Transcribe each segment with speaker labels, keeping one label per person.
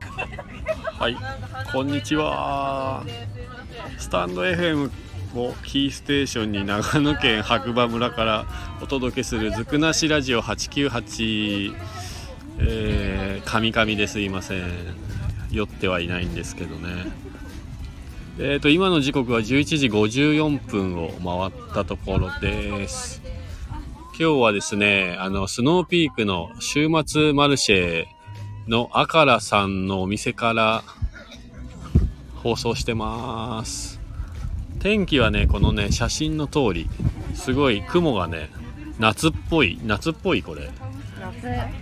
Speaker 1: はい、こんにちは。スタンド FM をキーステーションに長野県白馬村からお届けするずくなしラジオ898、えー、カミカミですいません。酔ってはいないんですけどね。えーと、今の時刻は11時54分を回ったところです。今日はですね、あの、スノーピークの週末マルシェのアカラさんのお店から放送してます。天気はね、このね、写真の通り、すごい雲がね、夏っぽい、夏っぽいこれ。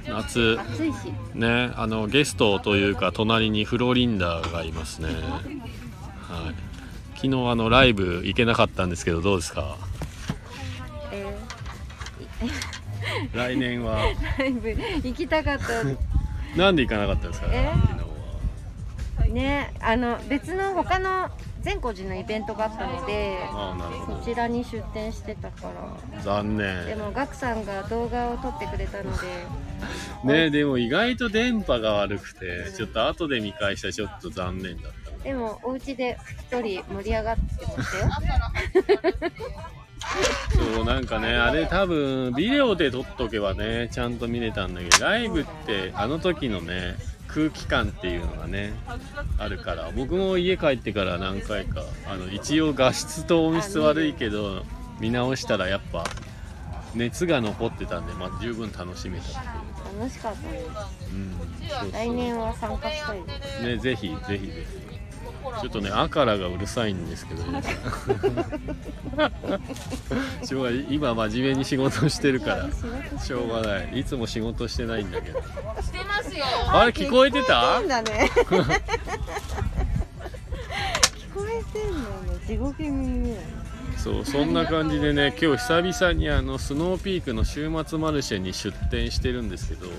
Speaker 2: 夏
Speaker 1: 夏、
Speaker 2: 暑いし
Speaker 1: ね、あの、ゲストというか、隣にフロリンダーがいますね。はい。昨日あの、ライブ行けなかったんですけど、どうですか
Speaker 2: え
Speaker 1: 来年は。
Speaker 2: ー、ライブ行きたかった
Speaker 1: なんで行かなかったんですか
Speaker 2: え
Speaker 1: 昨日は。
Speaker 2: ねあの別の他の善光寺のイベントがあったので
Speaker 1: ああ、なるほ
Speaker 2: そ
Speaker 1: ど。
Speaker 2: ちらに出店してたから
Speaker 1: 残
Speaker 2: で
Speaker 1: 念
Speaker 2: もガクさんが動画を撮ってくれたので
Speaker 1: ねでも意外と電波が悪くてちょっと後で見返したらちょっと残念だった
Speaker 2: でもお家で一人盛り上がってましたよ
Speaker 1: そうなんかねあれ多分ビデオで撮っとけばねちゃんと見れたんだけどライブってあの時のね空気感っていうのがねあるから僕も家帰ってから何回かあの一応画質と音質悪いけど見直したらやっぱ熱が残ってたんで、まあ、十分楽しめたっていう
Speaker 2: 楽しかったです
Speaker 1: か、うん、そうそう
Speaker 2: 来年は参加したいです
Speaker 1: ね、ぜひぜひです。ちょっとね、アカラがうるさいんですけど、皆さん しょうがない今真面目に仕事してるから、しょうがない。いつも仕事してないんだけど。
Speaker 3: してますよ。
Speaker 1: あれ、聞こえてた
Speaker 2: だね聞こえてんのね地獄耳
Speaker 1: そう、そんな感じでね、今日久々にあの、スノーピークの週末マルシェに出店してるんですけど、ちょ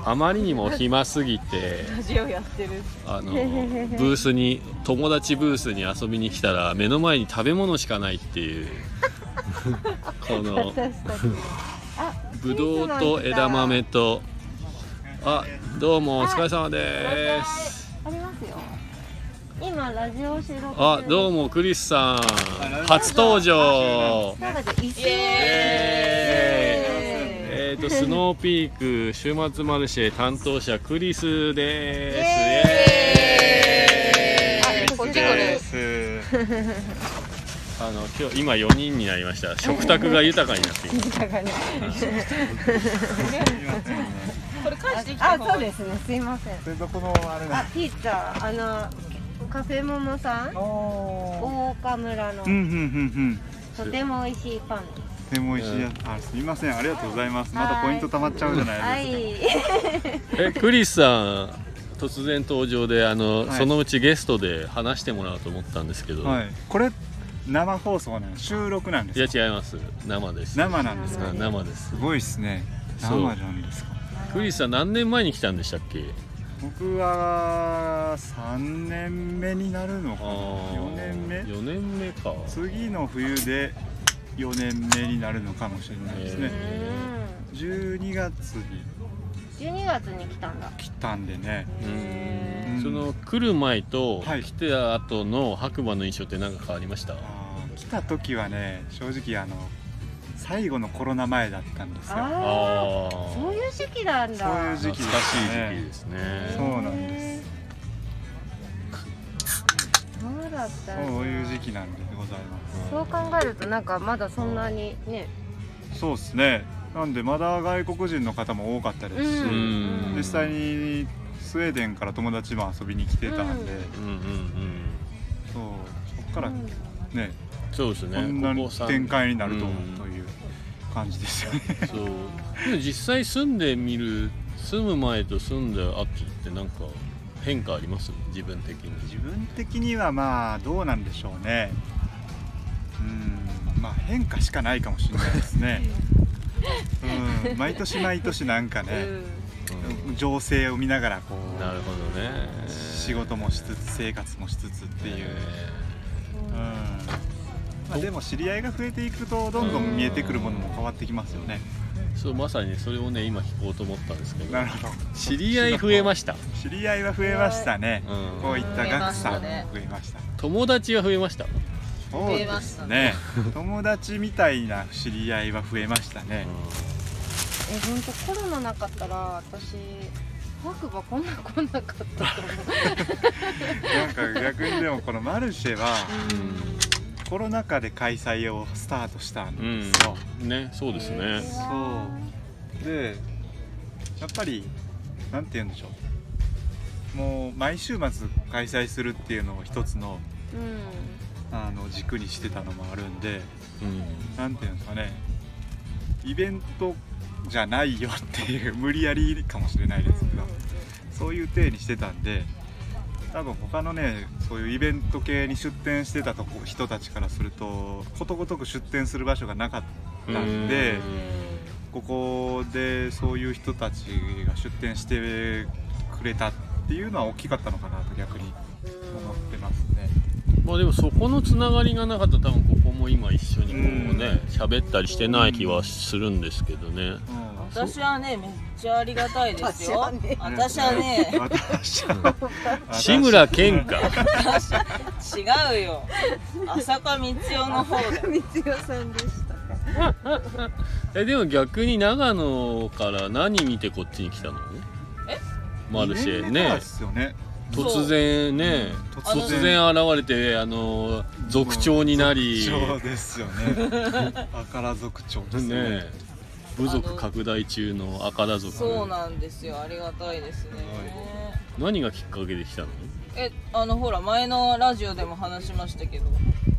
Speaker 1: っとあまりにも暇すぎて、
Speaker 3: ラジオやってる。
Speaker 1: あのブースに友達ブースに遊びに来たら目の前に食べ物しかないっていう この
Speaker 2: 私たちあ
Speaker 1: ぶどうと枝豆とあどうもお疲れ様です
Speaker 2: ありますよ。今ラジオ収録中
Speaker 1: あどうもクリスさん初登場
Speaker 2: なんかじゃあ一緒
Speaker 1: えー、とスノーピーク週末マルシェ担当者クリスですイエーイ
Speaker 2: あこっち
Speaker 3: これ
Speaker 4: です。
Speaker 1: あの今日今4人になりました食卓が豊かになっています
Speaker 2: だからね
Speaker 3: これ返してきた
Speaker 2: あ
Speaker 3: 方が
Speaker 2: そうですねすいません
Speaker 4: それどこのあれな
Speaker 2: あピーちゃんあのカフェモモさん
Speaker 4: の。おお。
Speaker 2: 大岡村の
Speaker 4: うんうんうん
Speaker 2: とても美味しいパン
Speaker 4: うん。でも美味しいやつ。あ、すみません。ありがとうございます。ま
Speaker 2: は
Speaker 4: だ
Speaker 2: い
Speaker 4: ポイント貯まっちゃうじゃ
Speaker 2: は
Speaker 4: ないです
Speaker 2: い
Speaker 1: えクリスさん突然登場であの、
Speaker 4: はい
Speaker 1: そのうちゲストで話してもらおうと思ったんですけど、
Speaker 4: か。はい。これ生放送なん収録なんで
Speaker 1: い
Speaker 4: す
Speaker 1: や
Speaker 4: か。
Speaker 1: 違います生です
Speaker 4: 生なんですか。
Speaker 1: あ生です
Speaker 4: すごいですね。
Speaker 1: そう
Speaker 4: 生なんですか。
Speaker 1: クリスさん何年前に来たんでしたっけ
Speaker 4: 僕は三年目になるのかな。四年目。
Speaker 1: 4年目か
Speaker 4: 次の冬で四年目になるのかもしれないです
Speaker 2: う
Speaker 4: ね
Speaker 1: へ。
Speaker 2: ん
Speaker 4: 12月に
Speaker 2: 12月に来たんだ
Speaker 4: 来たんでね。
Speaker 1: うん
Speaker 4: うん
Speaker 1: その来る前と
Speaker 4: はい
Speaker 1: 来て後の白馬の印象って何か変わりました、
Speaker 4: あー来た時はね正直あの最後のコロナ前だったんですよ
Speaker 2: あ
Speaker 1: ああ
Speaker 2: あそういう時期なんだ
Speaker 4: そういう時
Speaker 1: 懐
Speaker 4: 期で
Speaker 1: かし
Speaker 4: す
Speaker 1: い
Speaker 4: ね
Speaker 1: 時期ですね
Speaker 4: そうなんです
Speaker 2: そうだったんだ
Speaker 4: そういう時期なんでございま
Speaker 2: そう考えるとなんかまだそんなにね
Speaker 4: すそうですねなんでまだ外国人の方も多かったですし、
Speaker 1: うん
Speaker 2: うん
Speaker 4: 実際にスウェーデンから友達も遊びに来てたんで、
Speaker 2: うん
Speaker 1: うんうんうん
Speaker 4: そうそこから
Speaker 2: う
Speaker 4: ね
Speaker 2: ん、
Speaker 1: そうですね
Speaker 4: こんな
Speaker 1: ここさん
Speaker 4: 展開になるとは
Speaker 1: うん
Speaker 4: という感じですよね、
Speaker 1: そうでも実際住んでみる住む前と住んで後ってなんか変化あります自分的に
Speaker 4: 自分的にはまあどうなんでしょうねうんまあ変化しかないかもしれないですねうん毎年毎年なんかね、情勢を見ながらこ
Speaker 1: うんなる
Speaker 4: う
Speaker 1: ほどね
Speaker 4: 仕事もしつつ生活もしつつっていう、うんまあ、でも知り合いが増えていくとどんどん見えてくるものも変わってきますよね
Speaker 1: そうまさにそれをね今聞こうと思ったんですけど
Speaker 4: なる ほど
Speaker 1: 知り合い増えました、
Speaker 4: 知り合いは増えましたね
Speaker 1: うん
Speaker 4: こういった学さん
Speaker 3: 増えましたね
Speaker 4: 増えました
Speaker 1: 友達は増えました、
Speaker 4: そうですね 友達みたいな知り合いは増えましたね
Speaker 2: え本当コロナなかったら私白馬こんな来なかったと思う
Speaker 4: なんか逆にでもこのマルシェは
Speaker 1: う
Speaker 4: コロナ禍で開催をスタートしたんですよ、
Speaker 1: ん、ねそうですね、
Speaker 4: そうでやっぱりなんて言うんでしょうもう毎週末開催するっていうのを一つの
Speaker 2: うん
Speaker 4: あの軸にしてたのもあるんで
Speaker 1: うん、
Speaker 4: なんていうんですかねイベントじゃないよっていう無理やりかもしれないですけどそういう体にしてたんで多分他のねそういうイベント系に出店してたとこ人たちからするとことごとく出店する場所がなかったんで。ここでそういう人たちが出店してくれたっていうのは大きかったのかなと逆に思ってますね。
Speaker 1: まあでもそこのつながりがなかったら多分ここも今一緒にこうね喋ったりしてない気はするんですけどね、
Speaker 4: うん
Speaker 3: 私はね、めっちゃありがたいですよ。私はね、
Speaker 4: 私は
Speaker 1: 志村けんか
Speaker 3: 違うよ。浅香光代の方だよ。
Speaker 2: 光代さんでした
Speaker 1: えでも逆に長野から何見てこっちに来たの
Speaker 3: え
Speaker 1: マルシェ
Speaker 4: 二年目から
Speaker 1: ね
Speaker 4: ですよね。
Speaker 1: 突然ね
Speaker 4: そう
Speaker 1: 突
Speaker 4: 突
Speaker 1: 然
Speaker 4: 然
Speaker 1: 現れてあの族長になり
Speaker 4: 族長ですよね。 赤ら族長ですよね。
Speaker 1: ね部族拡大中の赤田族
Speaker 3: そうなんですよ。ありがたいですね。
Speaker 1: 何がきっかけで来たの
Speaker 3: え、あのほら前のラジオでも話しましたけど、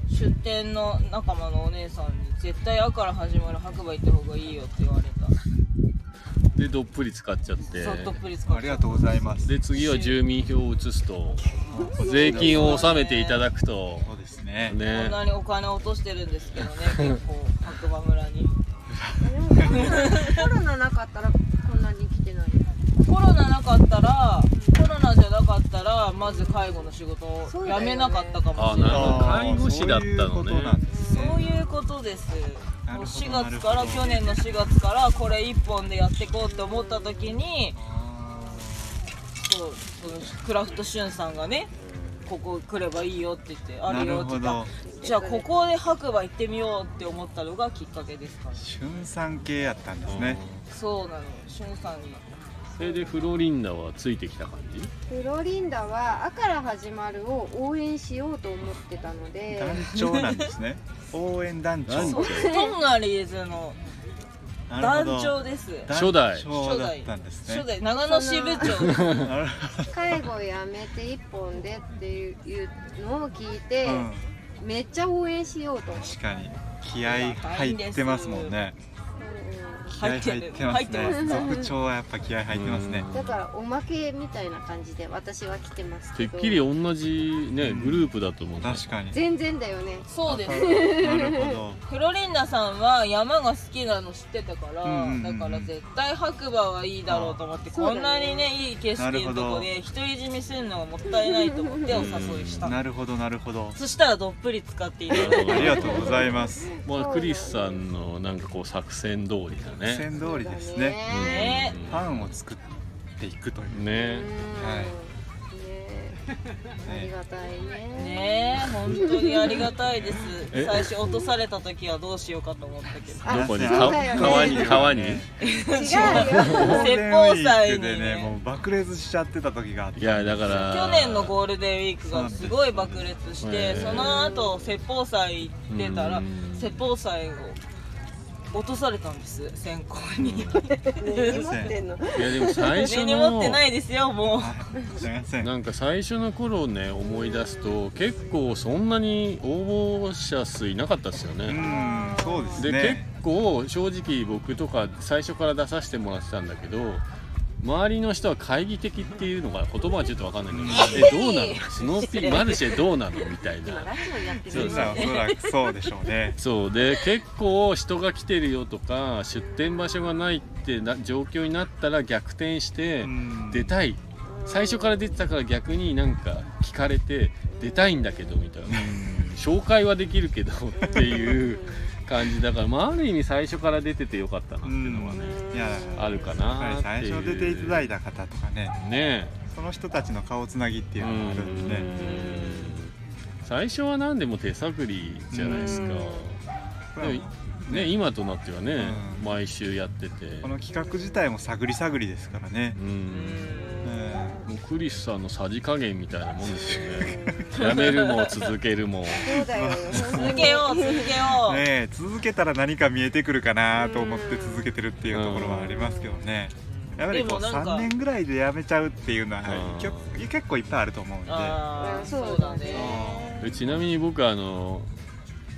Speaker 3: 出店の仲間のお姉さんに絶対あから始まる白馬行った方がいいよって言われた。
Speaker 1: でどっぷり使っちゃって
Speaker 3: そっとプリス
Speaker 4: ありがとうございます。
Speaker 1: で次は住民票を移すと税金を納めていただくと
Speaker 4: そうですね。
Speaker 3: こん
Speaker 1: ね
Speaker 3: なにお金落としてるんですけどね、結構白馬村に。
Speaker 2: でもコロナコロナなかったらこんなに来てない
Speaker 3: コロナなかったら、コロナじゃなかったら、まず介護の仕事を
Speaker 2: そうだよ
Speaker 3: 辞
Speaker 2: ね
Speaker 3: めなかったかもしれない。
Speaker 1: あ介護士だったのね
Speaker 4: そういうことなんですね。
Speaker 3: そういうことです。
Speaker 4: な
Speaker 3: もう
Speaker 4: るほど
Speaker 3: 4月か
Speaker 4: な
Speaker 3: ら
Speaker 4: るほど
Speaker 3: 去年の4月からこれ1本でやっていこうって思った時に
Speaker 4: あ
Speaker 3: そうそのクラフトシュンさんがねここ来ればいいよって言って
Speaker 4: ー
Speaker 3: あ
Speaker 4: な
Speaker 3: るよっ
Speaker 4: る
Speaker 3: て
Speaker 4: ほ
Speaker 3: 言った
Speaker 4: ど。
Speaker 3: じゃあここで白馬行ってみようって思ったのがきっかけですから
Speaker 4: 春産系やったんですね。
Speaker 3: そうなのシュンさんに
Speaker 1: それでフロリンダはついてきた感じ
Speaker 2: フロリンダは「あ」から始まるを応援しようと思ってたので
Speaker 4: 団長なんで すね。応援団長。
Speaker 1: 団長
Speaker 3: トンガリーズの
Speaker 4: なる
Speaker 3: 団
Speaker 4: ほど
Speaker 3: 長です
Speaker 1: 初代
Speaker 4: 団長だったんですね。
Speaker 3: 初代長野支部長
Speaker 4: なる
Speaker 2: 介護やめて一本でっていうのを聞いて、
Speaker 4: ほどうん
Speaker 2: めっちゃ応援しようと思って
Speaker 4: 確かに気合入ってますもんね。
Speaker 3: 入ってる
Speaker 4: 気合入ってます
Speaker 3: 入って
Speaker 4: ね。
Speaker 2: ます
Speaker 4: 族長はやっぱ気合入ってますね。
Speaker 2: だからおまけみたいな感じで私は来てます
Speaker 1: て
Speaker 2: け
Speaker 1: っ
Speaker 2: ど
Speaker 1: きり同じね
Speaker 4: うん
Speaker 1: グループだと思うんだ
Speaker 4: 確かに。
Speaker 2: 全然だよね
Speaker 3: そうです
Speaker 4: なるほど。
Speaker 3: フロリンダさんは山が好きなの知ってたから、
Speaker 4: うんうんうん
Speaker 3: だから絶対白馬はいいだろうと思って
Speaker 2: あそうだ
Speaker 3: こ
Speaker 2: ね
Speaker 3: んなにねいい景色のとこで独り占めするのはもったいないと思ってお誘いした
Speaker 4: なるほどなるほど。
Speaker 3: そしたらどっぷり使っていただ
Speaker 1: なる
Speaker 3: い
Speaker 1: ほ
Speaker 4: あり
Speaker 1: ど
Speaker 4: がとうございます。
Speaker 1: まあクリスさんのなんかこう作戦通りだね
Speaker 4: 線通りですね。
Speaker 1: うん
Speaker 3: ね
Speaker 4: ファンを作っていくという。ね。
Speaker 2: うん
Speaker 1: ね
Speaker 4: はい
Speaker 2: ねありがたい
Speaker 3: て
Speaker 2: ね
Speaker 3: ねえ本当にありがたい です
Speaker 1: え
Speaker 3: 最初落とされた時はどうしようかと思ったけど
Speaker 1: どこに
Speaker 4: そう
Speaker 2: だよ
Speaker 1: か
Speaker 2: ね
Speaker 1: 川に川に
Speaker 2: 違うよ
Speaker 4: ゴールデンウィークで
Speaker 3: 説法祭にね
Speaker 4: ね、もう爆裂しちゃってた時があって
Speaker 1: い。やだから
Speaker 3: 去年のゴールデンウィークがすごい爆裂して
Speaker 1: そう
Speaker 3: その
Speaker 1: なん
Speaker 3: 後説法祭出た
Speaker 1: う
Speaker 3: ら
Speaker 1: ん
Speaker 3: 説法祭を落とされたんです先行に
Speaker 2: 根 に持ってんの
Speaker 1: いやでも最初
Speaker 3: 根
Speaker 1: の
Speaker 3: に持ってないですよもう
Speaker 4: すいま せん。
Speaker 1: なんか最初の頃ね思い出すと結構そんなに応募者数いなかったですよ
Speaker 4: う
Speaker 1: ね、
Speaker 4: ん、そうです
Speaker 1: で、
Speaker 4: ね。
Speaker 1: 結構正直僕とか最初から出させてもらってたんだけど周りの人は懐疑的っていうのが言葉はちょっと分かんないんだけど「えどうなのスノーピーマルシェどうなの?」みたい
Speaker 2: 今
Speaker 1: な
Speaker 2: ラジオやって
Speaker 1: そ
Speaker 2: る
Speaker 1: う
Speaker 2: の
Speaker 4: じゃあおそらくそうでしょう ね。
Speaker 1: そうで結構人が来てるよとか出店場所がないってな状況になったら逆転して
Speaker 4: うん
Speaker 1: 出たい最初から出てたから逆になんか聞かれて出たいんだけどみたいな紹介はできるけどっていう感じだから、まあ、ある意味最初から出ててよかったなっていうのはね、
Speaker 4: いや
Speaker 1: あるかな
Speaker 4: や
Speaker 1: っ
Speaker 4: っ
Speaker 1: て
Speaker 4: ぱり
Speaker 1: い
Speaker 4: 最
Speaker 1: う
Speaker 4: 初出ていただいた方とかね
Speaker 1: ね
Speaker 4: その人たちの顔つなぎって
Speaker 1: え
Speaker 4: いうのがあるんでね
Speaker 1: うん最初は何でも手探りじゃないですか、
Speaker 2: うん
Speaker 4: これはもう
Speaker 1: でね、今となってはね、
Speaker 4: うん
Speaker 1: 毎週やってて、
Speaker 4: この企画自体も探り探りですからね
Speaker 1: う、
Speaker 3: うんん
Speaker 4: う
Speaker 1: もうクリスさんのさじ加減みたいなもんですよねやめるも続けるも
Speaker 2: そうだよ
Speaker 3: 続けよう続けよ
Speaker 4: ん
Speaker 3: う、
Speaker 4: ねえ続けたら何か見えてくるかなと思って続けてるっていうところはありますけどねやっぱりこう
Speaker 3: でもなんか
Speaker 4: 3年ぐらいでやめちゃうっていうのは
Speaker 1: うん
Speaker 4: 結構結構いっぱいあると思うんで
Speaker 3: あ
Speaker 2: うん
Speaker 3: あ
Speaker 2: そうだね
Speaker 1: えちなみに僕あの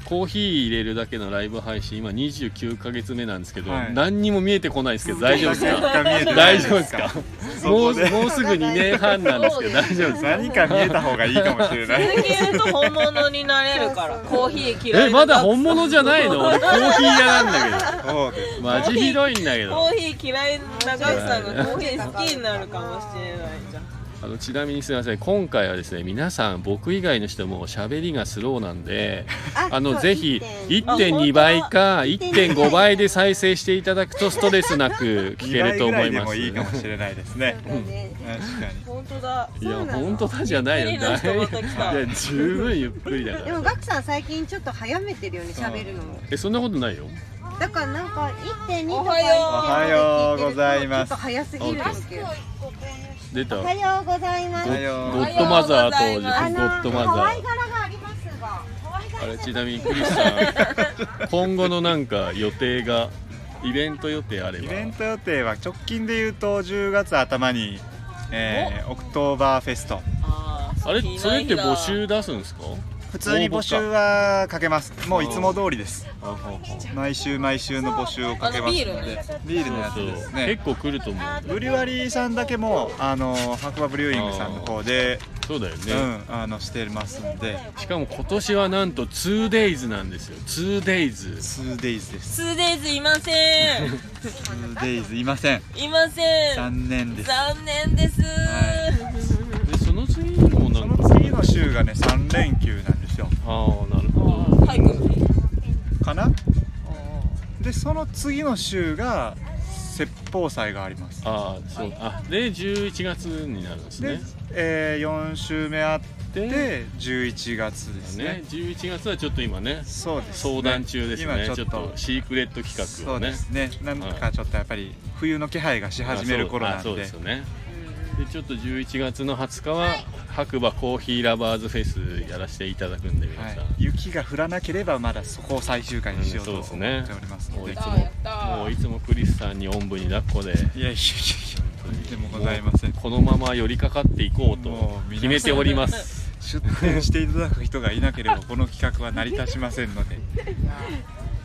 Speaker 1: コーヒー入れるだけのライブ配信今29ヶ月目なんですけど、
Speaker 4: はい
Speaker 1: 何にも見えてこないですけど大丈夫です
Speaker 4: 何
Speaker 1: か
Speaker 4: か見えてない
Speaker 1: 大丈夫ですか
Speaker 4: そ
Speaker 1: もう
Speaker 4: こ
Speaker 1: もう
Speaker 4: です
Speaker 1: ぐ2年半なんですけど大丈夫ですか
Speaker 4: 何か見えた方がいいかもしれない
Speaker 3: 続けると本物になれるから
Speaker 2: そうそう
Speaker 3: コーヒー嫌いな
Speaker 1: えまだ本物じゃないの俺コーヒー屋なんだ
Speaker 4: そうです
Speaker 1: けどマジひどいんだけ
Speaker 3: コ
Speaker 1: ど
Speaker 3: ーヒー嫌いなガクさんがコーヒー好きになるかもしれないじゃん
Speaker 1: あのちなみにすいません今回はですね皆さん僕以外の人も喋りがスローなんであのぜひ1.2倍か1.5倍で再生していただくとストレスなく聞けると思います。
Speaker 4: 二倍ぐらいでもいいかもしれないですね確かに
Speaker 3: 本当だ
Speaker 1: いや本当だじゃないよ。
Speaker 3: ゆっくりの人また来た
Speaker 1: いや十分ゆっくりだか
Speaker 2: でも
Speaker 1: ら。
Speaker 2: ガクさん最近ちょっと早めてるよね喋るのも
Speaker 1: えそんなことないよ。
Speaker 2: だからなんか1.2とか
Speaker 3: おはよう
Speaker 2: 1.5で聞てると
Speaker 4: おはようございます
Speaker 2: ちょっと早すぎるんですけど
Speaker 1: 出た。
Speaker 2: お
Speaker 1: ゴ
Speaker 2: はようございます
Speaker 4: はよう
Speaker 1: ッゴッドマザーとゴ
Speaker 3: あ
Speaker 1: ッドマザ
Speaker 2: 可愛
Speaker 1: ー
Speaker 2: が。らがありますが可愛が
Speaker 1: あれちなみにクリスさん今後のなんか予定がイベント予定あれ
Speaker 4: イ
Speaker 1: ば。
Speaker 4: ベント予定は直近で言うと10月頭に、えーオクトーバーフェスト
Speaker 3: あー
Speaker 1: あれ
Speaker 3: 気に
Speaker 1: そ
Speaker 3: な
Speaker 1: れっ
Speaker 3: い
Speaker 1: て
Speaker 3: 日だ
Speaker 1: 募集出すんですか？
Speaker 4: 普通に募集はかけますもういつも通りです
Speaker 1: あほうほう
Speaker 4: 毎週毎週の募集をかけますのでビールのやつ
Speaker 1: そう
Speaker 4: ですね
Speaker 1: 結構来ると思う。
Speaker 4: ブリュワリーさんだけもあの白馬ブリューイングさんの方で、
Speaker 1: そうだよ
Speaker 4: う
Speaker 1: ね。
Speaker 4: ん、あのしてますんで
Speaker 1: しかも今年はなんと 2days なんですよ 2days
Speaker 4: 2days です
Speaker 3: ツーデイズいません
Speaker 4: 2days いません
Speaker 3: いません
Speaker 4: 残念です
Speaker 3: 残念です、
Speaker 4: は
Speaker 1: でその次もな
Speaker 4: そ
Speaker 1: ん
Speaker 4: の
Speaker 1: か
Speaker 4: 次の週がね3連休なんですよ
Speaker 1: ああなるほど
Speaker 3: はい、くん
Speaker 4: かなでその次の週が説法祭があります
Speaker 1: ああそうあで11月になるんです
Speaker 4: で
Speaker 1: ね、
Speaker 4: え4週目あって11月ですね
Speaker 1: ね11月はちょっと今ね
Speaker 4: そうですね
Speaker 1: 相談中ですね
Speaker 4: 今
Speaker 1: ち
Speaker 4: ち
Speaker 1: ょ
Speaker 4: ょ
Speaker 1: っ
Speaker 4: っ
Speaker 1: と
Speaker 4: と
Speaker 1: シークレット企画
Speaker 4: そ
Speaker 1: を
Speaker 4: う
Speaker 1: ね
Speaker 4: ですねなんかちょっとやっぱり冬の気配がし始める頃なん
Speaker 1: あそうあそうで
Speaker 4: です
Speaker 1: よねでちょっと11月の20日は、白馬コーヒーラバーズフェスやらせていただくんで皆
Speaker 4: はい
Speaker 1: さん、
Speaker 4: 雪が降らなければまだそこを最終回にしようと
Speaker 1: うん
Speaker 4: 思
Speaker 1: そう
Speaker 4: っ
Speaker 1: で
Speaker 4: て
Speaker 1: す
Speaker 4: お
Speaker 1: ね
Speaker 4: ります
Speaker 1: も
Speaker 4: の
Speaker 1: うい
Speaker 4: で
Speaker 1: つ
Speaker 4: い
Speaker 1: も
Speaker 3: た
Speaker 1: もういつもクリスさんにおんぶに抱っこで
Speaker 4: やいやいやいやでもございません
Speaker 1: このまま寄りかかっていこうと
Speaker 4: もう皆さん
Speaker 1: 決めております
Speaker 4: 出店していただく人がいなければこの企画は成り立ちませんのでよ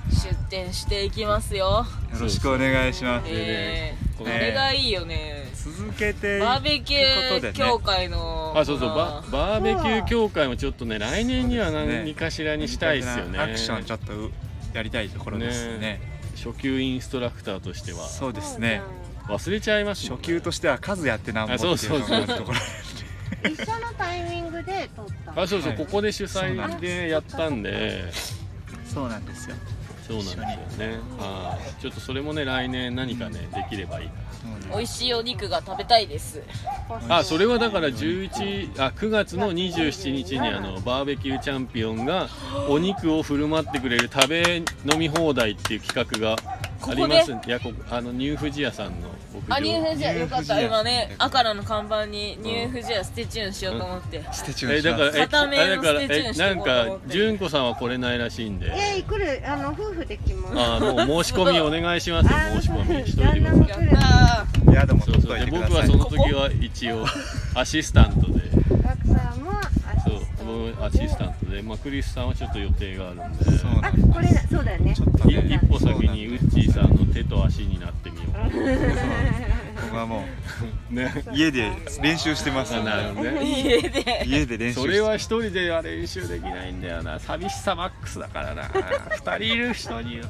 Speaker 3: 出店していきますよ
Speaker 4: ろしくお願いします
Speaker 3: え
Speaker 1: こ
Speaker 3: ー、
Speaker 1: の
Speaker 3: あれがいいよね
Speaker 4: 続けていく
Speaker 3: バーベキ
Speaker 4: こ
Speaker 3: ュ
Speaker 4: とで
Speaker 3: ー
Speaker 4: ね
Speaker 3: 協会の
Speaker 1: あそうそうバ
Speaker 3: この
Speaker 1: バーベキュー協会もちょっとね来年には
Speaker 4: そうですね
Speaker 1: 何かしらにしたいですよね
Speaker 4: アクションちょっとやりたいところですね
Speaker 1: ね初級インストラクターとしては
Speaker 4: そうですね
Speaker 1: 忘れちゃいますもん
Speaker 4: 初
Speaker 1: ね
Speaker 4: 級としては数やってなんぼっていうのがあるところ
Speaker 2: 一緒のタイミングで撮った
Speaker 1: あそうそう、
Speaker 4: はい
Speaker 1: ここで主
Speaker 4: そうなん
Speaker 1: 催
Speaker 4: で
Speaker 1: でやったんで
Speaker 4: そうなんですよ
Speaker 1: そうなんですよねはいちょっとそれもね来年何かねできればいい
Speaker 3: 美味しいお肉が食べたいです
Speaker 1: あそれはだから11あ9月の27日にあのバーベキューチャンピオンがお肉を振る舞ってくれる食べ飲み放題っていう企画がありますいやこあのニューフジ屋さんの牧場
Speaker 3: あニューフジアよかっ
Speaker 4: ニ
Speaker 3: た
Speaker 4: ューフジア
Speaker 3: 今ね赤らの看板にニューフジアステチューンしようと思って、
Speaker 4: してち
Speaker 1: えだからえ
Speaker 3: 片面を
Speaker 1: あだから
Speaker 3: ステッチ
Speaker 1: え
Speaker 3: にして
Speaker 1: なん
Speaker 3: こうと思
Speaker 1: か
Speaker 3: って
Speaker 1: 純子さんは来れないらしいんで
Speaker 2: えー、来るあの夫婦で来ます
Speaker 1: あーもう申し込みお願いします
Speaker 2: あー
Speaker 1: 申し込みしといてください
Speaker 3: やった
Speaker 4: やでも
Speaker 1: そ
Speaker 4: 取
Speaker 1: う
Speaker 4: っ
Speaker 1: そう
Speaker 4: とい
Speaker 1: で
Speaker 4: てく
Speaker 1: 僕
Speaker 4: ださい
Speaker 1: はその時は一応アシスタントで
Speaker 2: ガクさんもア
Speaker 1: そ
Speaker 2: シスト
Speaker 1: う僕アシスタント で、まあ、クリスさんはちょっと予定があるんで
Speaker 4: そうな
Speaker 2: あ
Speaker 4: んです
Speaker 2: これだそうだよね
Speaker 4: ちょっと
Speaker 1: い
Speaker 4: ね
Speaker 1: 一歩先にウッチーさん
Speaker 4: こ
Speaker 1: の手と足になってみよ
Speaker 4: こはも
Speaker 1: うね
Speaker 4: う家で練習してます
Speaker 1: あなるほどね
Speaker 3: 家 で
Speaker 4: 家で練習
Speaker 1: それは一人では練習できないんだよな寂しさマックスだからな二人いる人に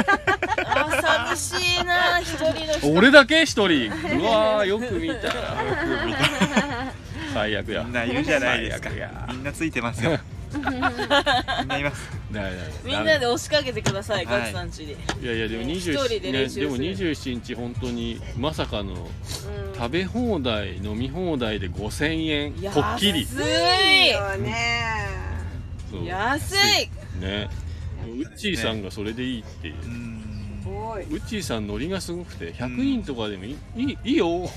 Speaker 3: あ寂しいな一人の人
Speaker 1: 俺だけ一人 うわーよく見 たら
Speaker 4: みん
Speaker 1: 最悪や
Speaker 4: ないるじゃないですか
Speaker 1: 最悪や
Speaker 4: みんなついてますよみんないます
Speaker 1: だだ
Speaker 3: みんな
Speaker 1: で
Speaker 3: で押しかけてください、
Speaker 4: はい
Speaker 3: ガチさんちで。
Speaker 1: いやいやでも
Speaker 3: 一人
Speaker 1: 27
Speaker 3: で
Speaker 1: ね
Speaker 3: 練習す
Speaker 1: で
Speaker 3: る
Speaker 1: も27日本当にまさかの食べ放題飲み放題で5000円
Speaker 3: 安
Speaker 1: こっきり
Speaker 3: 安
Speaker 5: い
Speaker 3: い
Speaker 5: よね
Speaker 1: そう
Speaker 3: 安い
Speaker 1: ねうっちーさんがそれでいいっていう
Speaker 4: うーん
Speaker 5: すごいう
Speaker 1: っちーさんノリがすごくて100人とかでもいい,、いいいいよ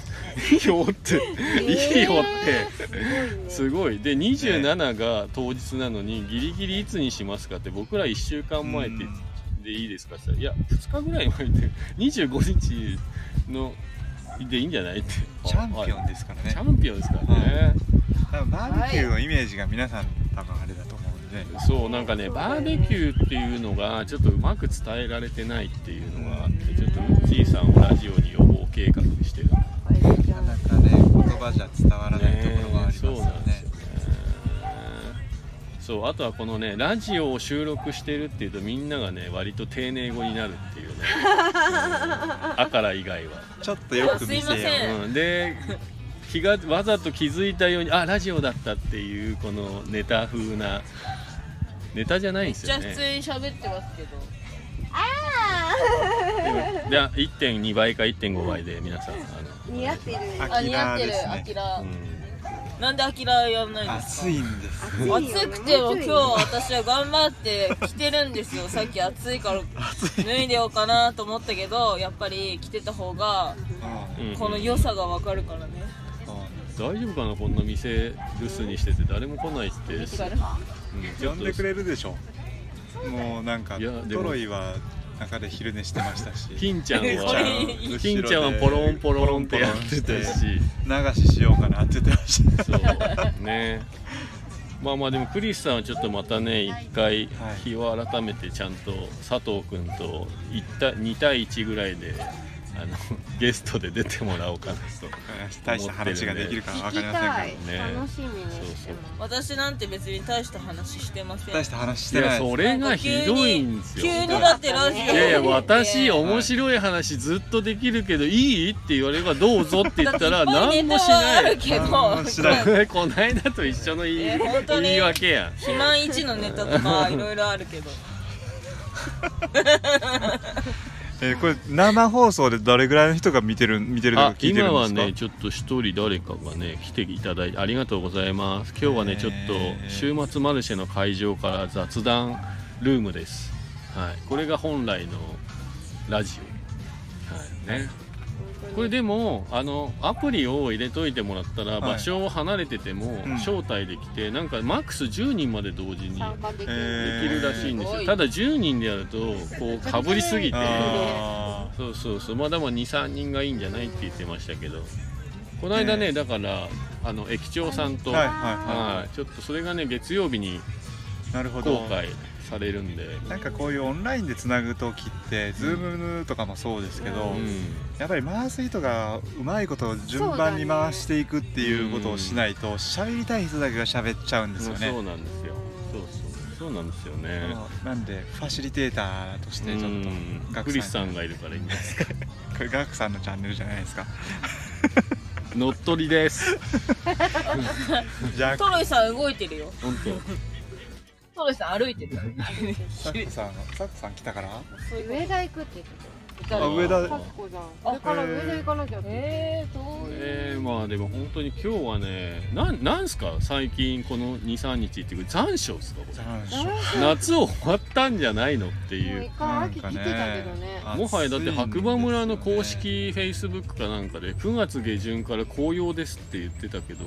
Speaker 1: いいよって いいよってすごいで27が当日なのにギリギリいつにしますかって僕ら1週間前ってでいいですかって言ったらいや2日ぐらい前で25日のでいいんじゃないって
Speaker 4: チャンピオン
Speaker 1: で
Speaker 4: ですから
Speaker 1: チ
Speaker 4: ね
Speaker 1: ャンピオンですからね、
Speaker 4: 多分バーベキューのイメージが皆さん多分あれだと思うんで
Speaker 1: そうなんかね
Speaker 5: そうだ
Speaker 1: バ
Speaker 5: よ
Speaker 1: ー
Speaker 5: ね
Speaker 1: ベキューっていうのがちょっとうまく伝えられてないっていうのがあってちょっとうっちーさんをラジオに呼ぼう計画してる
Speaker 4: なかなかね言葉じゃ伝わらないところはありますよ
Speaker 1: そうなんです
Speaker 4: ね
Speaker 1: よねそうあとはこのねラジオを収録してるっていうとみんながね割と丁寧語になるっていうねうんあから以外は、
Speaker 4: ちょっとよく見
Speaker 3: すいま
Speaker 4: せ
Speaker 3: せ
Speaker 4: よ
Speaker 3: ん
Speaker 1: うん、で気がわざと気づいたようにあラジオだったっていうこのネタ風なネタじゃないん
Speaker 3: め
Speaker 1: で
Speaker 3: っ
Speaker 1: す
Speaker 3: ちゃ
Speaker 1: よ
Speaker 3: 普
Speaker 1: ね
Speaker 3: 通に喋ってますけど。
Speaker 1: で1.2倍か1.5倍で皆さんあの
Speaker 5: 似合ってる
Speaker 4: う
Speaker 3: あ、似合ってる、
Speaker 4: です
Speaker 3: アキ
Speaker 4: ね
Speaker 3: ラ
Speaker 1: う。ん
Speaker 3: なんでアキラやんないんですか
Speaker 4: 暑いんです
Speaker 5: 暑いよね
Speaker 3: 暑くても今日
Speaker 5: もうちょい
Speaker 3: 私は頑張って着てるんです よさっき暑いから脱いでようかなと思ったけどやっぱり着てた方が
Speaker 4: うん
Speaker 1: うん
Speaker 3: この良さがわかるからね
Speaker 4: そう
Speaker 1: 大丈夫かなこんな店留守にしてて誰も来ないって、うん、ちょ
Speaker 4: 呼
Speaker 1: っ
Speaker 4: ん
Speaker 1: と
Speaker 4: でくれるでしょもうなんか
Speaker 1: いやでも
Speaker 4: トロイは中で昼寝してましたし
Speaker 1: 金ちゃん
Speaker 4: これ
Speaker 1: は金ちゃんはポロンポロンってやってたし
Speaker 4: 流ししようかなって言ってました
Speaker 1: そう ねまあまあでもクリスさんはちょっとまたね一回日を改めてちゃんと佐藤君と1対2対1ぐらいであの ゲストで出てもらおうかなと。
Speaker 4: 大した話ができるかわかりません
Speaker 5: 聞
Speaker 4: が
Speaker 5: き
Speaker 1: ね
Speaker 2: 楽しみにしてます
Speaker 3: 私なんて別に大した話してません
Speaker 4: 大した話し
Speaker 1: い
Speaker 4: てな
Speaker 1: や
Speaker 4: い
Speaker 1: それがひどいんですよ
Speaker 3: 急にだってラジオ
Speaker 1: いやいや私
Speaker 3: だっ
Speaker 1: 面白い話ずっとできるけどいいって言われればどうぞって言った ら何もし
Speaker 3: あ
Speaker 1: な
Speaker 3: る
Speaker 1: い
Speaker 3: けど
Speaker 4: 何もしな い
Speaker 1: こないだと一緒の言い,、
Speaker 3: えー本当に
Speaker 1: 言い訳やん
Speaker 3: 肥満一のネタとかいろいろある けど
Speaker 4: えーこれ生放送でどれぐらいの人が見てる見てるとか
Speaker 1: あ
Speaker 4: 聞いてる
Speaker 1: 今
Speaker 4: んで
Speaker 1: は
Speaker 4: すか
Speaker 1: ねちょっと一人誰かがね来ていただいてありがとうございます今日はね
Speaker 4: へー
Speaker 1: ちょっと週末マルシェの会場から雑談ルームですはいこれが本来のラジオはいねこれでもあのアプリを入れといてもらったら、
Speaker 4: はい
Speaker 1: 場所を離れてても、
Speaker 4: うん
Speaker 1: 招待できてなんかマックス10人まで同時にで
Speaker 2: 参加できる
Speaker 4: え
Speaker 1: きるらしいんですよ、
Speaker 3: えー
Speaker 1: ただ10人でやるとこうかぶりすぎて
Speaker 4: あ
Speaker 1: そうそうそうまあでも23人がいいんじゃないって言ってましたけどこの間ね、
Speaker 4: ね
Speaker 1: だからあの駅長さん
Speaker 4: ー
Speaker 1: と、
Speaker 4: はいはいは
Speaker 1: はいちょっとそれがね月曜日に
Speaker 4: いなるほど
Speaker 1: 公開されるんで、
Speaker 4: なんかこういうオンラインでつなぐ時って、ズームとかもそうですけど、
Speaker 1: うん
Speaker 4: やっぱり回す人がうまいこと順番に回していくっていうことをしないと喋りたい人だけが喋っちゃうんですよね、
Speaker 1: そうなんですよそうそうそうなんですよね、
Speaker 4: なんでファシリテーターとしてちょっと
Speaker 1: うん
Speaker 4: ガ
Speaker 1: ク
Speaker 4: ク
Speaker 1: リス
Speaker 4: さん
Speaker 1: さんがいる からいいんじゃないですか
Speaker 4: これガクさんのチャンネルじゃないですか
Speaker 1: 乗っ取りです
Speaker 4: じゃあ
Speaker 3: トロイさん動いてるよ
Speaker 1: 本
Speaker 3: トロイさん歩い てる
Speaker 4: サクさんサクさん来たから
Speaker 2: 上田行くって言って
Speaker 1: 当
Speaker 4: あ上
Speaker 2: た
Speaker 4: 田
Speaker 2: かっこさんだから上田行かなきゃって
Speaker 3: えー遠い
Speaker 1: えー、まあでも本当に今日はねなんなんすか最近この23日っていうか残暑ですかこれ夏終わったんじゃないのって
Speaker 2: もう
Speaker 1: い
Speaker 2: 一
Speaker 1: う
Speaker 2: 回秋来てたけどね
Speaker 1: もはやだって白馬村の公式フェイスブックかなんかで9月下旬から紅葉ですって言ってたけど、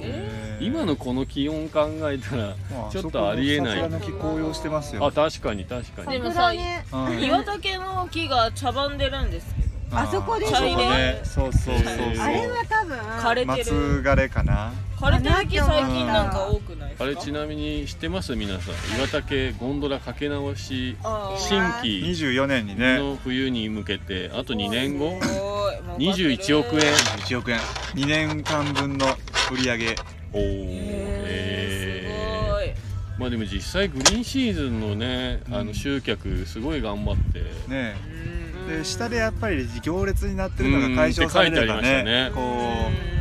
Speaker 1: 今のこの気温考えたらちょっとありえない
Speaker 4: 桜の木紅葉してますよ
Speaker 1: あ確かに確か
Speaker 3: で
Speaker 1: に
Speaker 3: も
Speaker 5: 桜
Speaker 3: さ
Speaker 5: ね
Speaker 4: はい
Speaker 3: 岩竹の木が茶番でるんですけど
Speaker 5: あそこでしょ
Speaker 4: あそこねそうそうそうそう
Speaker 5: あれは多分
Speaker 3: 枯れてる
Speaker 4: 松枯れかな
Speaker 3: 枯れてる木最近なんか多くないですか
Speaker 1: あれちなみに知ってます皆さん岩竹ゴンドラかけ直し
Speaker 3: あー
Speaker 1: 新規
Speaker 4: 24年にね
Speaker 1: の冬に向けてあと2年後
Speaker 3: すごい儲かってる
Speaker 1: 21億円
Speaker 4: 1億円2年間分の売り上げ
Speaker 1: おお
Speaker 3: へーすごい
Speaker 1: まあでも実際グリーンシーズンのね、あ
Speaker 4: う
Speaker 1: の
Speaker 4: ん
Speaker 1: 集客すごい頑張って、
Speaker 4: ね
Speaker 3: うん
Speaker 4: で下でやっぱり行列になってるのが解消されれば
Speaker 1: うんって書いてあり
Speaker 4: ね
Speaker 1: ま
Speaker 4: こ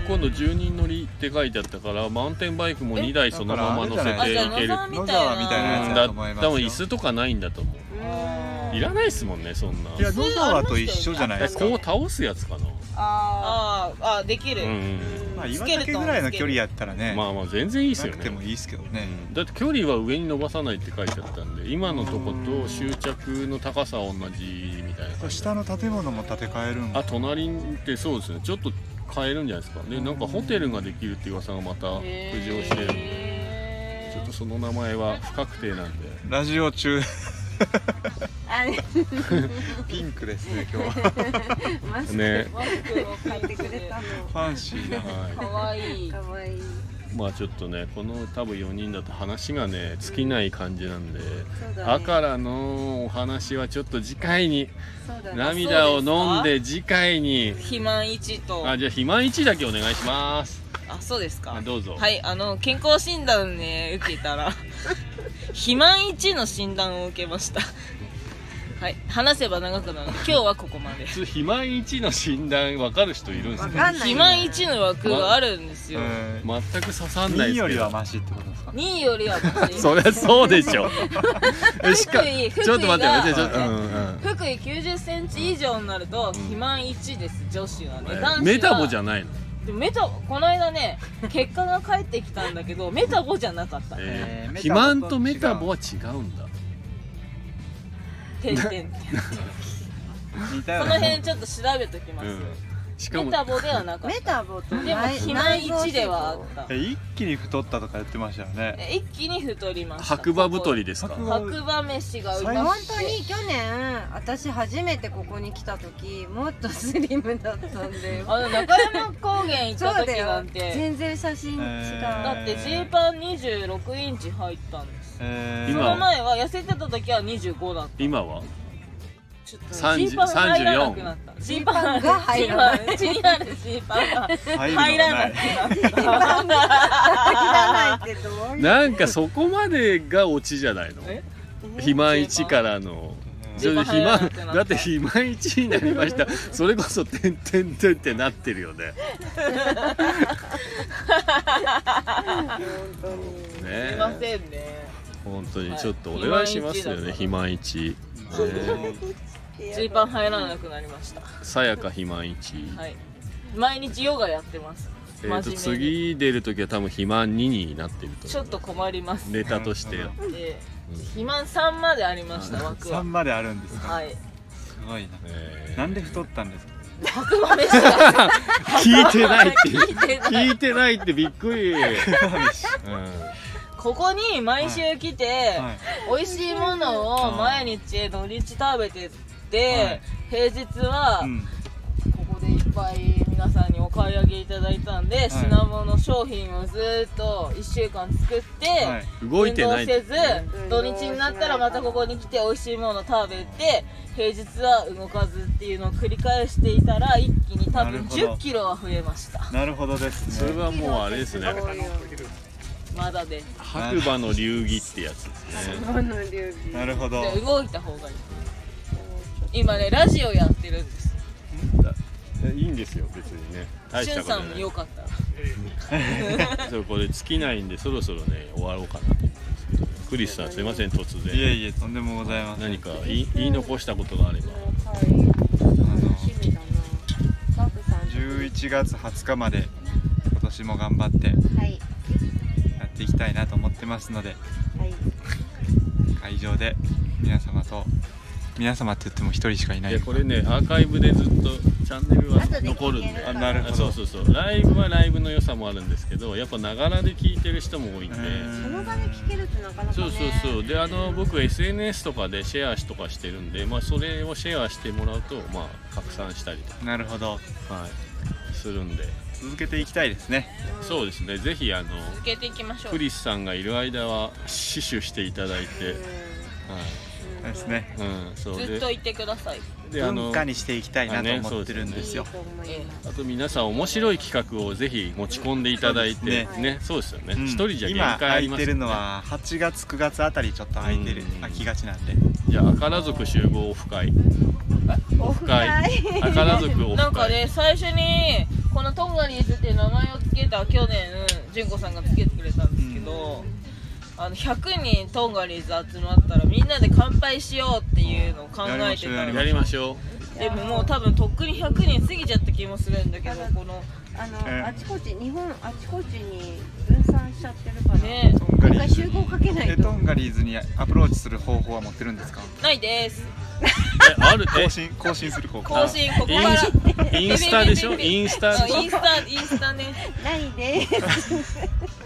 Speaker 1: 今度10人乗りって書いてあったからマウンテンバイクも
Speaker 3: え
Speaker 1: 2台そのまま乗せて
Speaker 4: だからあれ
Speaker 1: い
Speaker 4: じ
Speaker 1: け
Speaker 4: ゃ
Speaker 1: る
Speaker 3: ないあ
Speaker 4: 野沢みたいなやつだと思います
Speaker 1: 多
Speaker 4: よ
Speaker 1: 分椅子とかないんだと思ういらないっすもんねそんない
Speaker 4: や野沢と一緒じゃないですか
Speaker 1: こう倒すやつかな
Speaker 5: あ
Speaker 3: あーあーできる、
Speaker 1: うんうん
Speaker 4: まあ岩竹ぐらいの距離やったらね、
Speaker 1: まあまあ全然いいっす
Speaker 4: な
Speaker 1: よ
Speaker 4: くて
Speaker 1: ね
Speaker 4: もいいですけどね、
Speaker 1: だって距離は上に伸ばさないって書いてあったんで今のとこと終着の高さは同じみたいな感じ
Speaker 4: 下の建物も建て替えるん
Speaker 1: あ
Speaker 4: だ
Speaker 1: 隣ってそうですねちょっと変えるんじゃないですかでなんかホテルができるって噂がまた浮上してるんで
Speaker 3: へ
Speaker 1: ちょ
Speaker 3: ー
Speaker 1: っとその名前は不確定なんで
Speaker 4: ラジオ中
Speaker 5: あれ
Speaker 4: ピンクですね今 日は
Speaker 5: マス
Speaker 1: ね
Speaker 3: マスクを
Speaker 5: 買
Speaker 3: 買
Speaker 5: っ
Speaker 3: ってて
Speaker 5: く
Speaker 3: く
Speaker 5: れ
Speaker 3: れ
Speaker 5: た
Speaker 3: た
Speaker 4: ファンシーな
Speaker 1: は
Speaker 3: かわい い
Speaker 5: のかわいい
Speaker 1: いまあちょっとねこの多分4人だと話がね尽きない感じなんで
Speaker 5: そうだ
Speaker 1: あ
Speaker 5: ね
Speaker 1: からのお話はちょっと次回に
Speaker 5: そうだね
Speaker 1: 涙を飲んで次回に
Speaker 3: 肥満1と
Speaker 1: あじゃあ肥満1だけお願いします
Speaker 3: あそうですか
Speaker 1: あどうぞ
Speaker 3: はいあの健康診断ね受けたら 肥満1の診断を受けました はい話せば長くなるので今日はここま で
Speaker 1: 普通肥満1の診断分かる人いるんです
Speaker 5: わ
Speaker 1: ね
Speaker 5: かんない
Speaker 3: 肥満1の枠があるんですよ、
Speaker 4: うん
Speaker 1: 全く刺さんないです
Speaker 4: 2
Speaker 1: けど
Speaker 4: よりはマシってことですか
Speaker 3: 2位よりはマシ
Speaker 1: そりゃそうでしょえしか
Speaker 3: 福井福井が
Speaker 1: ちょっと待ってちょっと、うんうん
Speaker 3: 福井9 0センチ以上になると肥満1です女子はね男子は
Speaker 1: メタボじ
Speaker 3: ん
Speaker 1: ゃないの、
Speaker 3: メタボこの間ね結果が返ってきたんだけどメタボじゃなかったね
Speaker 1: えー
Speaker 4: えー
Speaker 1: 肥満とメタボは違うんだ
Speaker 3: 点々点
Speaker 4: 似たよ
Speaker 3: こ
Speaker 4: う
Speaker 3: の
Speaker 4: な
Speaker 3: 辺ちょっと調べときます、
Speaker 1: うんしかも
Speaker 3: メタボではなかっ
Speaker 5: メタボと
Speaker 3: たでも
Speaker 5: 内
Speaker 3: 肥満
Speaker 5: 内臓脂肪
Speaker 3: 1ではあった
Speaker 4: え一気に太ったとか言ってましたよね
Speaker 3: え一気に太りました
Speaker 1: 白馬太りですか
Speaker 4: 白馬
Speaker 3: 白馬飯がうまくて
Speaker 5: 本当に去年私初めてここに来た時もっとスリムだったんだよ
Speaker 3: あの中山高原行っ
Speaker 5: そ
Speaker 3: た
Speaker 5: うだ
Speaker 3: 時な
Speaker 5: よ
Speaker 3: んて
Speaker 5: 全然写真違う、
Speaker 4: え
Speaker 3: だってジーパン26インチ入ったんです
Speaker 4: え
Speaker 3: そ
Speaker 1: 今
Speaker 3: の
Speaker 1: は
Speaker 3: 前は痩せてた時は25だった
Speaker 1: 今は
Speaker 3: ちょっと
Speaker 1: 30
Speaker 3: ジーパンが入らなくなったジーパン
Speaker 5: ジーパンが入らないう
Speaker 3: ちにあるジーパンが入
Speaker 4: 入るの
Speaker 3: ら
Speaker 4: が
Speaker 3: な
Speaker 4: ない
Speaker 3: くなった
Speaker 5: 汚いけど
Speaker 1: なんかそこまでがオチじゃないの
Speaker 3: え
Speaker 1: 肥満1からの
Speaker 4: うん
Speaker 1: それで
Speaker 3: ジ
Speaker 1: 肥
Speaker 3: ーパン
Speaker 1: 満
Speaker 3: 流行らなくなった
Speaker 1: だって肥満1になりま したそれこそ「てんてんてん」ってなってるよね
Speaker 5: 本当に
Speaker 1: ね
Speaker 3: すいませんね
Speaker 1: 本当にちょっとお願いしますよね
Speaker 3: はい
Speaker 1: 肥満1
Speaker 4: うん
Speaker 3: ジーパン入らなくなりましたは
Speaker 1: さやか肥満1、
Speaker 3: い毎日ヨガやってます
Speaker 1: えー、
Speaker 3: 真面目
Speaker 1: と
Speaker 3: に
Speaker 1: 次出る時は多分肥満2になってると
Speaker 3: ちょっと困ります
Speaker 1: ネタとして
Speaker 3: で肥満3までありました枠
Speaker 4: 3
Speaker 3: は
Speaker 4: まであるんですか
Speaker 3: はい
Speaker 4: すごいな
Speaker 1: えー
Speaker 4: なんで太ったんですか
Speaker 3: 白馬飯が
Speaker 1: 聞いてないっていう
Speaker 3: 聞いてない
Speaker 1: 聞いてないってびっく り、うん、
Speaker 3: ここに毎週来て
Speaker 4: はい
Speaker 3: 美味しいものを毎日土日食べてって平日は
Speaker 4: うん
Speaker 3: ここでいっぱい皆さんにお買い上げいただいたんで、品物商品をずーっと1週間作って、
Speaker 4: はい
Speaker 1: 動いてない
Speaker 3: 運動せず
Speaker 5: うん
Speaker 3: 土日になったらまたここに来て美味しいもの食べて平日は動かずっていうのを繰り返していたら一気に多
Speaker 4: な
Speaker 3: 分
Speaker 4: るほ
Speaker 3: 1
Speaker 4: ど
Speaker 3: 0キロは増えました
Speaker 4: なるほどですね
Speaker 1: それはもうあれですね
Speaker 5: すごいよ
Speaker 3: まだで
Speaker 1: 白馬の流儀ってやつですね
Speaker 5: この流儀
Speaker 4: なるほど
Speaker 3: で動いた方がいい今ねラジオやってるんです
Speaker 1: いいんですよ別にね大し
Speaker 3: しゅ
Speaker 1: た
Speaker 3: ん
Speaker 1: こ
Speaker 3: さ
Speaker 1: と
Speaker 3: んも
Speaker 1: ない
Speaker 3: よかったら
Speaker 1: それこれ尽きないんでそろそろね終わろうかなと思うんですけどクリスさんすいません突
Speaker 4: いえ
Speaker 1: 然
Speaker 4: いえとんでもございません
Speaker 1: 何か言い言い残したことがあれば
Speaker 4: の
Speaker 5: 楽しみだなサクさん
Speaker 4: 11月20日まで今年も頑張ってや
Speaker 5: はい
Speaker 4: っていきたいなと思ってますので
Speaker 5: はい
Speaker 4: 会場で皆様と皆様って言っても一人しかいないい
Speaker 1: やこれねアーカイブでずっとチャンネルは
Speaker 5: 後で聞ける
Speaker 1: 残るんで
Speaker 5: から
Speaker 4: あなるほど
Speaker 1: そうそうそうライブはライブの良さもあるんですけどやっぱながらで聞いてる人も多いんで
Speaker 5: その場で聞けるってなかなかね
Speaker 1: そうそうそうであの僕 SNS とかでシェアしとかしてるんで、まあ、それをシェアしてもらうと、まあ、拡散したりと
Speaker 4: なるほど
Speaker 1: か、はい、するんで
Speaker 4: 続けていきたいですね
Speaker 1: そうですねぜひあの
Speaker 3: 続けていきましょう
Speaker 1: クリスさんがいる間は死守していただいて、
Speaker 4: そうですね
Speaker 1: はいうん、そう
Speaker 3: ずっ
Speaker 1: で
Speaker 3: といてください
Speaker 1: であの
Speaker 4: 文化にしていきたいなと思ってるんですよ
Speaker 5: いいと思います
Speaker 1: あと皆さん面白い企画をぜひ持ち込んでいただいて
Speaker 4: そうで
Speaker 1: ね
Speaker 4: す
Speaker 5: ね
Speaker 1: そうですよね
Speaker 4: うん
Speaker 1: 一、人じゃ限界あり
Speaker 4: 今
Speaker 1: ます
Speaker 4: 空いて
Speaker 1: よ
Speaker 4: る
Speaker 1: ね
Speaker 4: のは8月9月あたりちょっと空いてる
Speaker 1: うん
Speaker 4: 空きがちなんで
Speaker 1: じゃああから族集合オフ会
Speaker 5: オフ会
Speaker 1: あから族オフ会
Speaker 3: なんかね最初にこのトンガリーズっていう名前を付けた去年純子さんが付けてくれたんですけど、あの100人トンガリーズ集まったらみんなで乾杯しようっていうのを考えてた
Speaker 4: やりましょうやり
Speaker 3: の
Speaker 4: ま
Speaker 1: やりましょ
Speaker 3: でももう多分とっくに100人過ぎちゃった気もするんだけどこの
Speaker 2: あの、
Speaker 4: ええ
Speaker 2: あちこち日本あちこちに分散しちゃってるから、
Speaker 3: ね
Speaker 4: トンガリ
Speaker 2: 一回
Speaker 4: ーズ
Speaker 2: 集合かけないと
Speaker 4: えトンガリーズにアプローチする方法は持ってるんですか
Speaker 3: ないです
Speaker 1: うえあるえ
Speaker 4: 更新更新する方法
Speaker 3: 更新ここか
Speaker 1: インス
Speaker 3: ら
Speaker 1: インスタでしょインスタ
Speaker 3: うんインスタインスタね
Speaker 2: ないです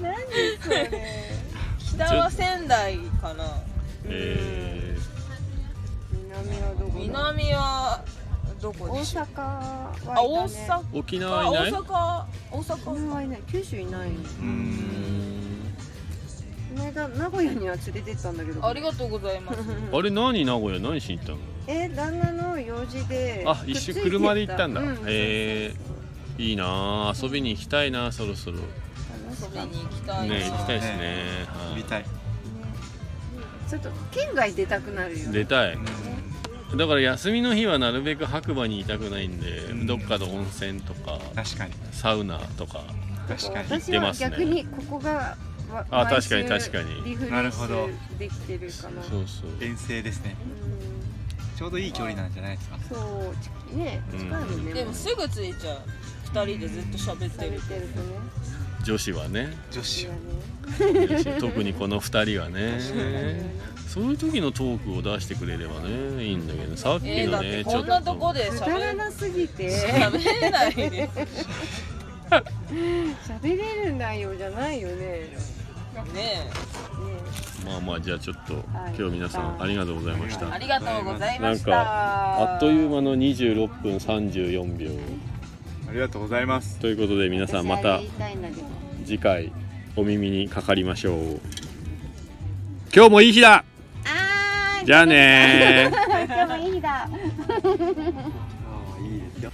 Speaker 2: 何それ
Speaker 3: 北は仙台かな
Speaker 1: え
Speaker 2: 南はどこだ
Speaker 3: 南はどこ
Speaker 2: 大
Speaker 3: でしょう
Speaker 2: 阪はいたね
Speaker 3: あ大阪
Speaker 1: ー、沖縄いな
Speaker 3: 大
Speaker 1: い
Speaker 3: 阪大
Speaker 2: 沖
Speaker 3: 阪
Speaker 2: 縄いない九州いないこ
Speaker 4: う
Speaker 1: うー
Speaker 4: ん
Speaker 1: ん
Speaker 2: の間名古屋には連れてったんだけど
Speaker 3: ありがとうございます
Speaker 1: あれ何名古屋何しに行ったの
Speaker 2: え旦那の用事で
Speaker 1: あ一緒車で行ったんだ
Speaker 2: う
Speaker 1: へえいいなあ遊びに行きたいなそろそろね
Speaker 2: そうそ
Speaker 3: 遊
Speaker 2: う楽しかっ
Speaker 3: びに行きたいな、
Speaker 1: 行きたいですね
Speaker 4: ね
Speaker 1: はい
Speaker 4: 見たい、
Speaker 2: たちょっと県外出たくなるよね
Speaker 1: 出たい
Speaker 4: うん
Speaker 1: だから休みの日はなるべく白馬にいたくないんで、
Speaker 4: ん
Speaker 1: どっかの温泉とか
Speaker 4: 確かに
Speaker 1: サウナとか
Speaker 4: 確かに
Speaker 2: 私
Speaker 1: 出
Speaker 2: は
Speaker 1: ますね
Speaker 2: 逆にここがわ
Speaker 1: あ
Speaker 2: 毎週
Speaker 1: 確かに確かに
Speaker 2: リフレ
Speaker 4: な
Speaker 2: ッ
Speaker 4: る
Speaker 2: シ
Speaker 4: ほど
Speaker 2: ュできてるかなう
Speaker 1: そうそう
Speaker 4: 遠征ですね
Speaker 2: ん
Speaker 4: ちょうどいい距離なんじゃないですか
Speaker 2: そうちね
Speaker 1: うん
Speaker 2: 近いもんね
Speaker 3: でもすぐ着いちゃう2人でずっと喋って
Speaker 2: 食べ
Speaker 3: る
Speaker 2: てるとね
Speaker 1: 女子は ね
Speaker 4: 女子
Speaker 2: いやね
Speaker 1: 女子特にこの2人はね
Speaker 2: 確
Speaker 1: そういう時のトークを出してくれればねいいんだけどさっき
Speaker 3: えー、
Speaker 1: の
Speaker 3: だって
Speaker 1: ね
Speaker 3: こんなとこで
Speaker 2: くだら
Speaker 3: 喋
Speaker 2: なすぎて
Speaker 3: 喋れないです
Speaker 2: 喋れる内容じゃないよねね
Speaker 3: ね
Speaker 1: まあまあじゃあちょっと
Speaker 2: はい
Speaker 1: 今日皆さんありがとうございまし
Speaker 3: え
Speaker 1: た
Speaker 3: ありがとうござい
Speaker 1: な
Speaker 3: ま
Speaker 1: ん
Speaker 3: し
Speaker 1: か
Speaker 3: た
Speaker 1: あっという間の26分34秒
Speaker 4: ありがとうございます
Speaker 1: ということで皆さんま
Speaker 2: 私あ
Speaker 1: た
Speaker 2: れ言いたいんだけど
Speaker 1: 次回お耳にかかりましょう今日もいい日だ
Speaker 2: あー
Speaker 1: じゃあねー
Speaker 2: 今日もいい日だ
Speaker 4: ああいいですよ